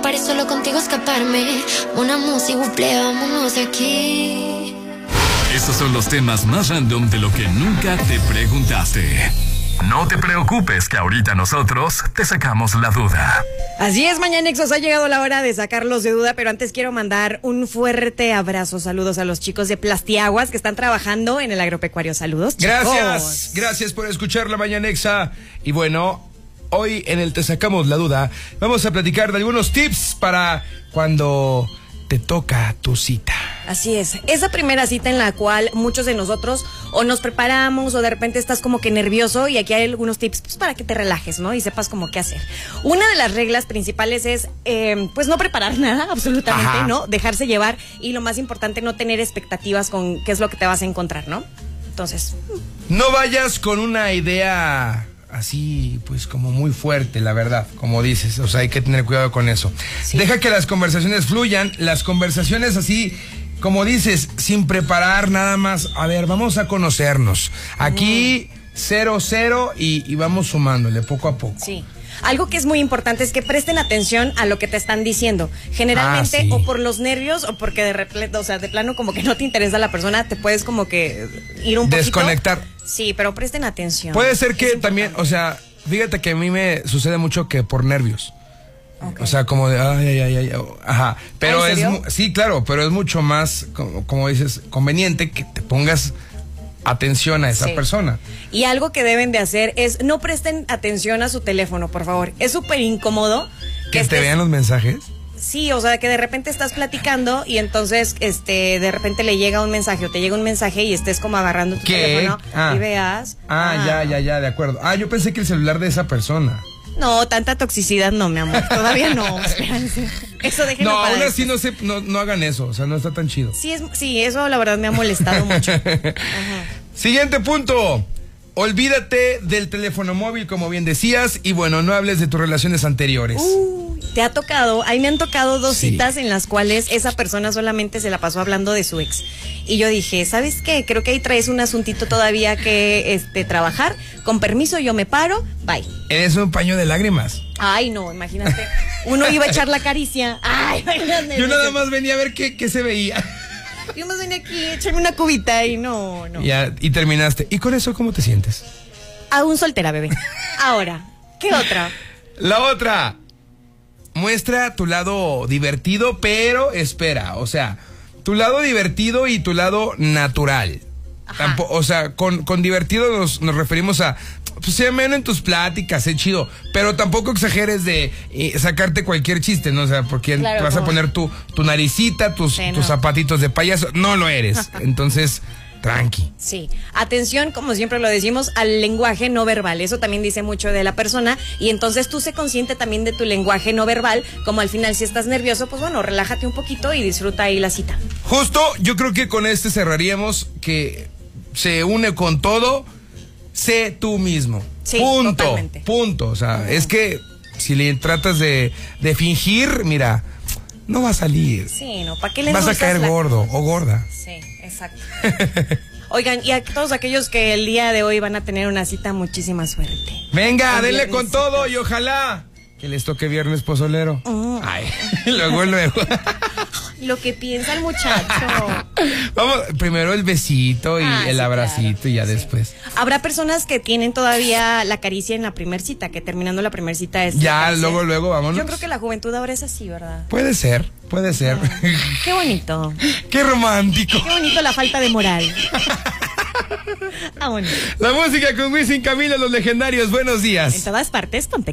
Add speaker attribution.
Speaker 1: paré solo contigo escaparme. Una música, buple, vámonos de aquí.
Speaker 2: Estos son los temas más random de lo que nunca te preguntaste. No te preocupes que ahorita nosotros te sacamos la duda.
Speaker 3: Así es, Mañanexos, ha llegado la hora de sacarlos de duda, pero antes quiero mandar un fuerte abrazo, saludos a los chicos de Plastiaguas que están trabajando en el agropecuario. Saludos, chicos.
Speaker 4: Gracias, gracias por escuchar la Mañanexa. Y bueno, hoy en el Te Sacamos la Duda vamos a platicar de algunos tips para cuando te toca tu cita.
Speaker 3: Así es, esa primera cita en la cual muchos de nosotros o nos preparamos o de repente estás como que nervioso y aquí hay algunos tips pues, para que te relajes, ¿no? Y sepas como qué hacer. Una de las reglas principales es eh, pues no preparar nada, absolutamente,
Speaker 4: Ajá.
Speaker 3: ¿no? Dejarse llevar y lo más importante, no tener expectativas con qué es lo que te vas a encontrar, ¿no? Entonces,
Speaker 4: No vayas con una idea así, pues como muy fuerte, la verdad, como dices. O sea, hay que tener cuidado con eso. Deja que las conversaciones fluyan, las conversaciones así. Como dices, sin preparar nada más. A ver, vamos a conocernos. Aquí, cero, cero, y, y vamos sumándole poco a poco.
Speaker 3: Sí. Algo que es muy importante es que presten atención a lo que te están diciendo. Generalmente,
Speaker 4: Ah, sí.
Speaker 3: o por los nervios, o porque de repente, o sea, de plano como que no te interesa la persona, te puedes como que ir un poquito.
Speaker 4: Desconectar.
Speaker 3: Sí, pero presten atención.
Speaker 4: Puede ser que también, o sea, fíjate que a mí me sucede mucho que por nervios. O sea, como de, ay, ay, ay, ay, oh, ajá. Pero
Speaker 3: ¿en
Speaker 4: es,
Speaker 3: serio?
Speaker 4: mu- sí, claro, pero es mucho más, como, como dices, conveniente que te pongas atención a esa
Speaker 3: Sí.
Speaker 4: persona.
Speaker 3: Y algo que deben de hacer es no presten atención a su teléfono, por favor. Es súper incómodo
Speaker 4: Que te
Speaker 3: estés-
Speaker 4: vean los mensajes.
Speaker 3: Sí, o sea, que de repente estás platicando y entonces, este, de repente le llega un mensaje o te llega un mensaje y estés como agarrando tu
Speaker 4: ¿Qué?
Speaker 3: teléfono y veas.
Speaker 4: Ah, ya,
Speaker 3: no.
Speaker 4: ya, ya, de acuerdo. Ah, yo pensé que el celular de esa persona.
Speaker 3: No, tanta toxicidad no, mi amor. Todavía no, espérense. Eso déjenlo
Speaker 4: No,
Speaker 3: para
Speaker 4: aún así
Speaker 3: después.
Speaker 4: no, se, no, no hagan eso, o sea, no está tan chido.
Speaker 3: Sí, es, sí, eso la verdad me ha molestado mucho.
Speaker 4: Siguiente punto. Olvídate del teléfono móvil, como bien decías, y bueno, no hables de tus relaciones anteriores.
Speaker 3: Uy, Te ha tocado, ahí me han tocado dos
Speaker 4: Sí.
Speaker 3: citas en las cuales esa persona solamente se la pasó hablando de su ex. Y yo dije, ¿sabes qué? Creo que ahí traes un asuntito todavía que este, trabajar. Con permiso, yo me paro, bye.
Speaker 4: Eres un paño de lágrimas.
Speaker 3: Ay, no, imagínate. Uno iba a echar la caricia. Ay, imagínate.
Speaker 4: Yo nada más venía a ver qué, qué se veía.
Speaker 3: Yo más venía aquí, echarme una cubita y no, no.
Speaker 4: Ya, y terminaste. ¿Y con eso cómo te sientes?
Speaker 3: Aún soltera, bebé. Ahora, ¿qué otra?
Speaker 4: La otra. Muestra tu lado divertido, pero espera. O sea, tu lado divertido y tu lado natural. Tampo- o sea, con, con divertido nos, nos referimos a. Pues sé menos en tus pláticas, sé chido. Pero tampoco exageres de eh, sacarte cualquier chiste, ¿no? O sea, porque
Speaker 3: Claro,
Speaker 4: vas a
Speaker 3: como-
Speaker 4: poner tu, tu naricita, tus,
Speaker 3: Sí,
Speaker 4: tus
Speaker 3: no.
Speaker 4: zapatitos de payaso. No lo eres. Entonces, tranqui.
Speaker 3: Sí, atención, como siempre lo decimos, al lenguaje no verbal. Eso también dice mucho de la persona. Y entonces tú sé consciente también de tu lenguaje no verbal. Como al final, si estás nervioso, pues bueno, relájate un poquito y disfruta ahí la cita.
Speaker 4: Justo, yo creo que con este cerraríamos que se une con todo, sé tú mismo.
Speaker 3: Sí,
Speaker 4: punto,
Speaker 3: totalmente.
Speaker 4: punto. O sea, es que si le tratas de, de fingir, mira, no va a salir.
Speaker 3: Sí, ¿no? ¿Para qué le
Speaker 4: Vas a
Speaker 3: endulzas
Speaker 4: caer
Speaker 3: la-
Speaker 4: gordo o gorda.
Speaker 3: Sí, exacto. Oigan, y a todos aquellos que el día de hoy van a tener una cita, muchísima suerte.
Speaker 4: Venga,
Speaker 3: El
Speaker 4: denle con
Speaker 3: viernesito.
Speaker 4: todo y ojalá que les toque viernes pozolero.
Speaker 3: Mm.
Speaker 4: Ay, luego, luego.
Speaker 3: Lo que piensa el muchacho.
Speaker 4: Vamos, primero el besito y
Speaker 3: Ah,
Speaker 4: el
Speaker 3: sí,
Speaker 4: abracito
Speaker 3: claro,
Speaker 4: y ya
Speaker 3: sí.
Speaker 4: después.
Speaker 3: Habrá personas que tienen todavía la caricia en la primer cita, que terminando la primer cita es.
Speaker 4: Ya,
Speaker 3: la caricia.
Speaker 4: luego, luego, vámonos.
Speaker 3: Yo creo que la juventud ahora es así, ¿verdad?
Speaker 4: Puede ser, puede ser.
Speaker 3: Qué bonito.
Speaker 4: Qué romántico.
Speaker 3: Qué bonito la falta de moral. ah, bueno.
Speaker 4: La música con Wisin Camilo, los legendarios. Buenos días.
Speaker 3: En todas partes, contexto.